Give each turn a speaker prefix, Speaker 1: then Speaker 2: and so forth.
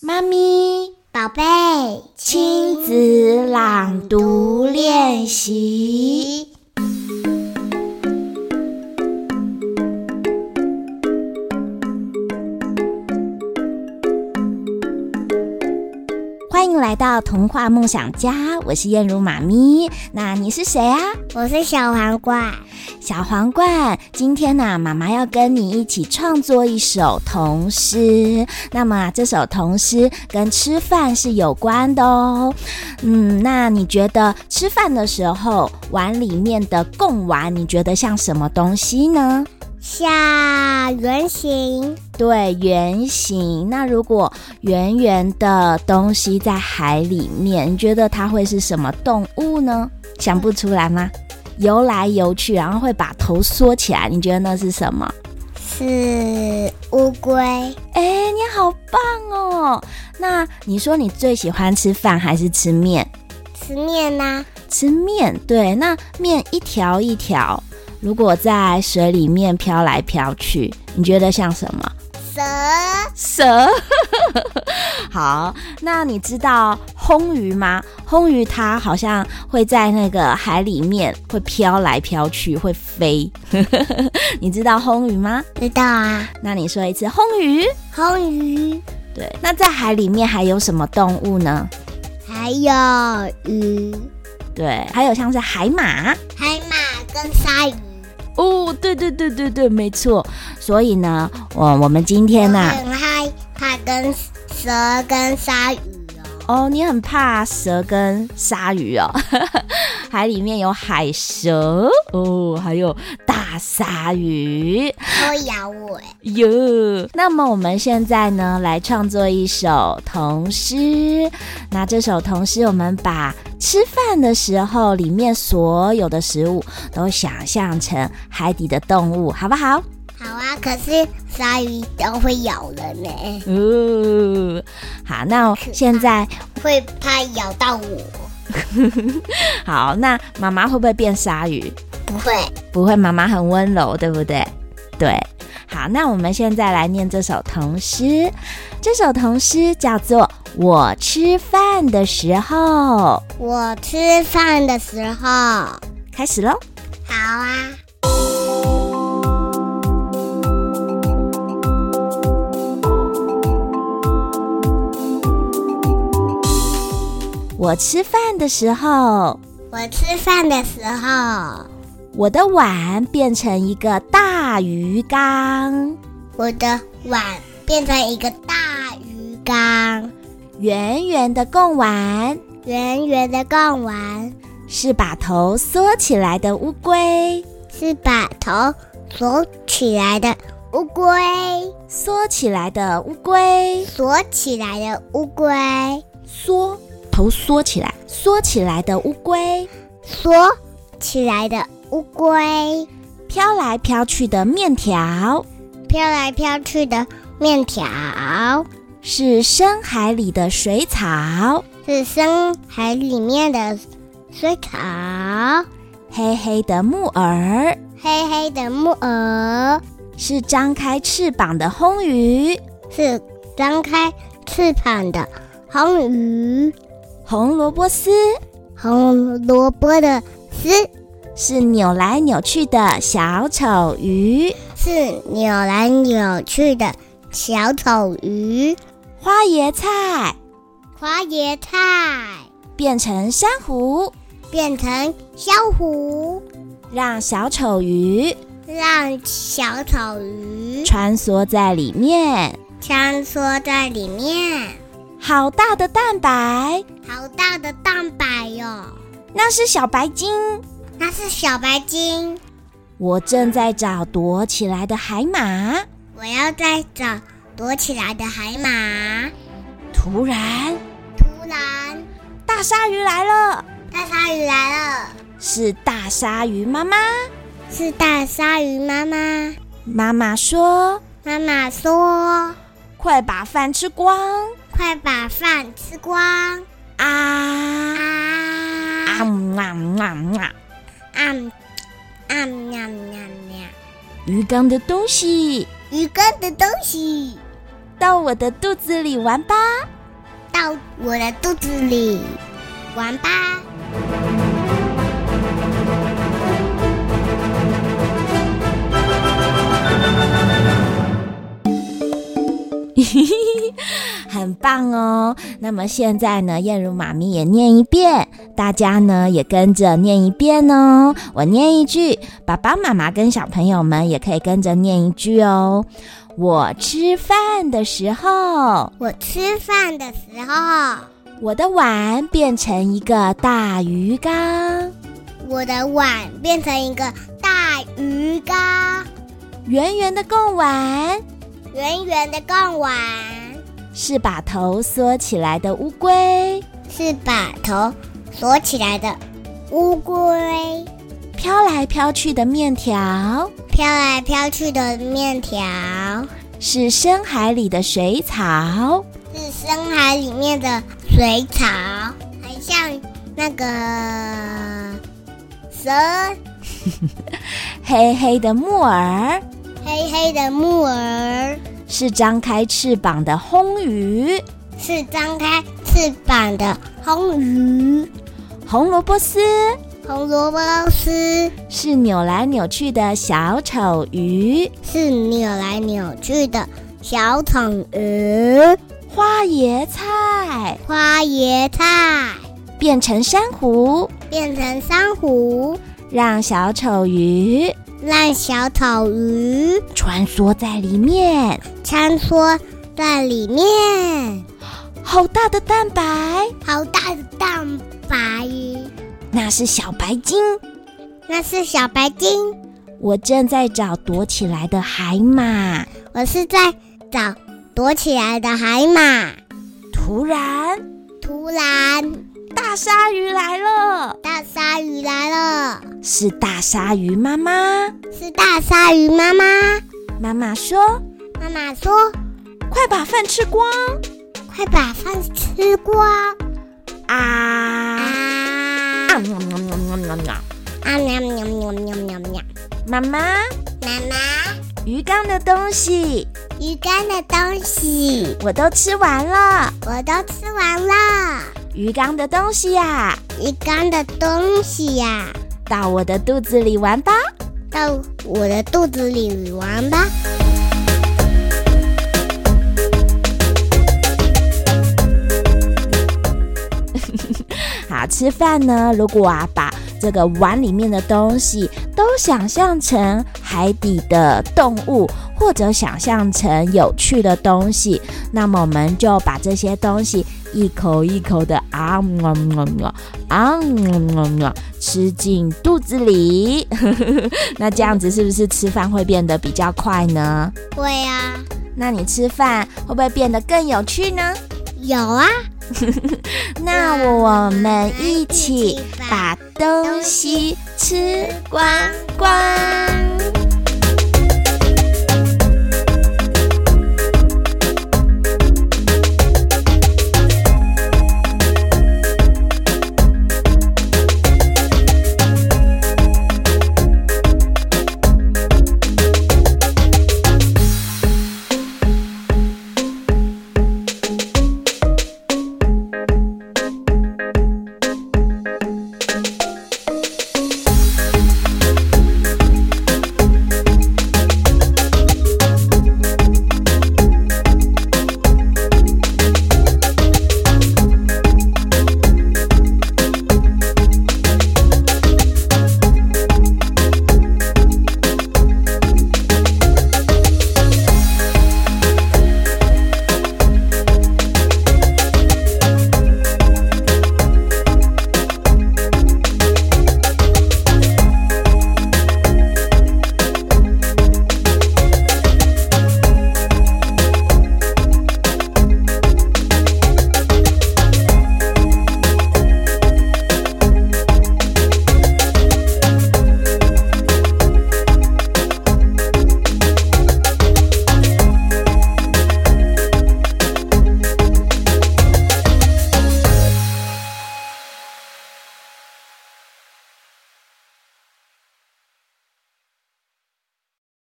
Speaker 1: 妈咪，
Speaker 2: 宝贝，
Speaker 1: 亲子朗读练习。欢迎来到童话梦想家，我是燕如妈咪。那你是谁啊？
Speaker 2: 我是小黄瓜。
Speaker 1: 小皇冠，今天呢、妈妈要跟你一起创作一首童诗。那么、啊、这首童诗跟吃饭是有关的哦。嗯，那你觉得吃饭的时候碗里面的贡丸，你觉得像什么东西呢？
Speaker 2: 下圆形，
Speaker 1: 对，圆形。那如果圆圆的东西在海里面，你觉得它会是什么动物呢？想不出来吗？游来游去，然后会把头缩起来，你觉得那是什么？
Speaker 2: 是乌龟。
Speaker 1: 哎，你好棒哦！那你说你最喜欢吃饭还是吃面？
Speaker 2: 吃面啊啦、
Speaker 1: 吃面，对，那面一条一条，如果在水里面飘来飘去，你觉得像什么？
Speaker 2: 蛇
Speaker 1: 蛇。好，那你知道烘鱼吗？烘鱼它好像会在那个海里面会飘来飘去，会飞。 你知道烘鱼吗？
Speaker 2: 知道啊，
Speaker 1: 那你说一次烘鱼。
Speaker 2: 红鱼，
Speaker 1: 对，那在海里面还有什么动物呢？
Speaker 2: 还有鱼，
Speaker 1: 对，还有像是海马。
Speaker 2: 海马跟鲨鱼。
Speaker 1: 哦，对对对对对，没错。所以呢，我我们今天呢、
Speaker 2: 我很害怕跟蛇跟鲨鱼哦。
Speaker 1: 哦，你很怕蛇跟鲨鱼哦， 海里面有海蛇哦，还有大鲨鱼
Speaker 2: 它会咬我哎。
Speaker 1: 哟。那么我们现在呢，来创作一首童诗。那这首童诗，我们把吃饭的时候里面所有的食物都想象成海底的动物，好不好？
Speaker 2: 好啊，可是鲨鱼都会咬人呢、欸
Speaker 1: 哦，好，那现在
Speaker 2: 会怕咬到我。
Speaker 1: 好，那妈妈会不会变鲨鱼？
Speaker 2: 不会，
Speaker 1: 不会，妈妈很温柔，对不对？对，好，那我们现在来念这首童诗。这首童诗叫做《我吃饭的时候》，
Speaker 2: 我吃饭的时候，好
Speaker 1: 开始喽。
Speaker 2: 啊，
Speaker 1: 我吃饭的时候，
Speaker 2: 我吃饭的时候，
Speaker 1: 我的碗变成一个大鱼缸，
Speaker 2: 我的碗变成一个大鱼缸，
Speaker 1: 圆圆的贡丸
Speaker 2: 圆圆的贡丸
Speaker 1: 是把头缩起来的乌龟，
Speaker 2: 是把头锁起来的乌龟，
Speaker 1: 缩起来的乌龟，
Speaker 2: 锁起来的乌龟，
Speaker 1: 缩头缩起来，缩起来的乌龟，
Speaker 2: 锁起来的乌龟，
Speaker 1: 飘来飘去的面条
Speaker 2: 飘来飘去的面条，
Speaker 1: 是深海里的水草，
Speaker 2: 是深海里面的水草，
Speaker 1: 黑黑的木耳
Speaker 2: 黑黑的木耳
Speaker 1: 是张开翅膀的红鱼，
Speaker 2: 是张开翅膀的红鱼，
Speaker 1: 红萝卜丝
Speaker 2: 红萝卜的丝
Speaker 1: 是扭来扭去的小丑鱼，
Speaker 2: 是扭来扭去的小丑鱼，
Speaker 1: 花椰菜
Speaker 2: 花椰菜
Speaker 1: 变成珊瑚，
Speaker 2: 变成小虎，
Speaker 1: 让小丑鱼
Speaker 2: 让小丑鱼
Speaker 1: 穿梭在里面。
Speaker 2: 穿梭在里面。
Speaker 1: 好大的蛋白，
Speaker 2: 好大的蛋白哟！
Speaker 1: 那是小白鲸。
Speaker 2: 那是小白鲸，
Speaker 1: 我正在找躲起来的海马，
Speaker 2: 我要再找躲起来的海马。
Speaker 1: 突然
Speaker 2: 突然，
Speaker 1: 大鲨鱼来了，
Speaker 2: 大鲨鱼来了，
Speaker 1: 是大鲨鱼妈妈。
Speaker 2: 是大鲨鱼妈妈。
Speaker 1: 妈妈说
Speaker 2: 妈妈说：“
Speaker 1: 快把饭吃光
Speaker 2: 快把饭吃光
Speaker 1: 啊！”
Speaker 2: 啊！
Speaker 1: 啊嗯啊嗯啊嗯啊！
Speaker 2: 嗯嗯呀呀呀！
Speaker 1: 鱼缸的东西
Speaker 2: 鱼缸的东西
Speaker 1: 到我的肚子里玩吧。
Speaker 2: 到我的肚子里，玩吧。
Speaker 1: 很棒哦。那么现在呢，燕如妈咪也念一遍，大家呢也跟着念一遍哦。我念一句，爸爸妈妈跟小朋友们也可以跟着念一句哦。我吃饭的时候，
Speaker 2: 我吃饭的时候，
Speaker 1: 我的碗变成一个大鱼缸，
Speaker 2: 我的碗变成一个大鱼缸，
Speaker 1: 圆圆的贡丸
Speaker 2: 圆圆的贡丸
Speaker 1: 是把头缩起来的乌龟，
Speaker 2: 是把头锁起来的乌龟，
Speaker 1: 飘来飘去的面条
Speaker 2: 飘来飘去的面条
Speaker 1: 是深海里的水草，
Speaker 2: 是深海里面的水草，很像那个蛇，
Speaker 1: 黑黑的木耳
Speaker 2: 黑黑的木耳。
Speaker 1: 是张开翅膀的红鱼，
Speaker 2: 是张开翅膀的红鱼，
Speaker 1: 红萝卜丝
Speaker 2: 红萝卜丝
Speaker 1: 是扭来扭去的小丑鱼，
Speaker 2: 是扭来扭去的小丑鱼，
Speaker 1: 花椰菜
Speaker 2: 花椰菜
Speaker 1: 变成珊瑚，
Speaker 2: 变成珊瑚，
Speaker 1: 让小丑鱼
Speaker 2: 让小丑鱼
Speaker 1: 穿梭在里面。
Speaker 2: 穿梭在里面，
Speaker 1: 好大的蛋白，
Speaker 2: 好大的蛋白，
Speaker 1: 那是小白鲸。
Speaker 2: 那是小白鲸。
Speaker 1: 我正在找躲起来的海马，
Speaker 2: 我是在找躲起来的海马，
Speaker 1: 突然
Speaker 2: 突然
Speaker 1: 大鲨鱼来了，
Speaker 2: 大鲨鱼来了，
Speaker 1: 是大鲨鱼妈妈。
Speaker 2: 是大鲨鱼妈妈。
Speaker 1: 妈妈说
Speaker 2: 妈妈说：“
Speaker 1: 快把饭吃光
Speaker 2: 快把饭吃光
Speaker 1: 啊！”
Speaker 2: 啊！
Speaker 1: 啊喵喵喵喵喵喵
Speaker 2: 啊喵喵喵喵喵喵！
Speaker 1: 妈妈，
Speaker 2: 妈妈，
Speaker 1: 鱼缸的东西
Speaker 2: 鱼干的东西
Speaker 1: 我都吃完了，
Speaker 2: 我都吃完了，
Speaker 1: 鱼缸的东西呀、
Speaker 2: 鱼干的东西呀、
Speaker 1: 到我的肚子里玩吧。
Speaker 2: 到我的肚子里玩吧。
Speaker 1: 好，吃饭呢，如果啊把这个碗里面的东西都想象成海底的动物，或者想象成有趣的东西，那么我们就把这些东西一口一口的啊么么么啊么么么吃进肚子里。 那这样子是不是吃饭会变得比较快呢？
Speaker 2: 会啊，
Speaker 1: 那你吃饭会不会变得更有趣呢？
Speaker 2: 有啊，
Speaker 1: 那我们一
Speaker 2: 嗯
Speaker 1: 起把东西吃光光。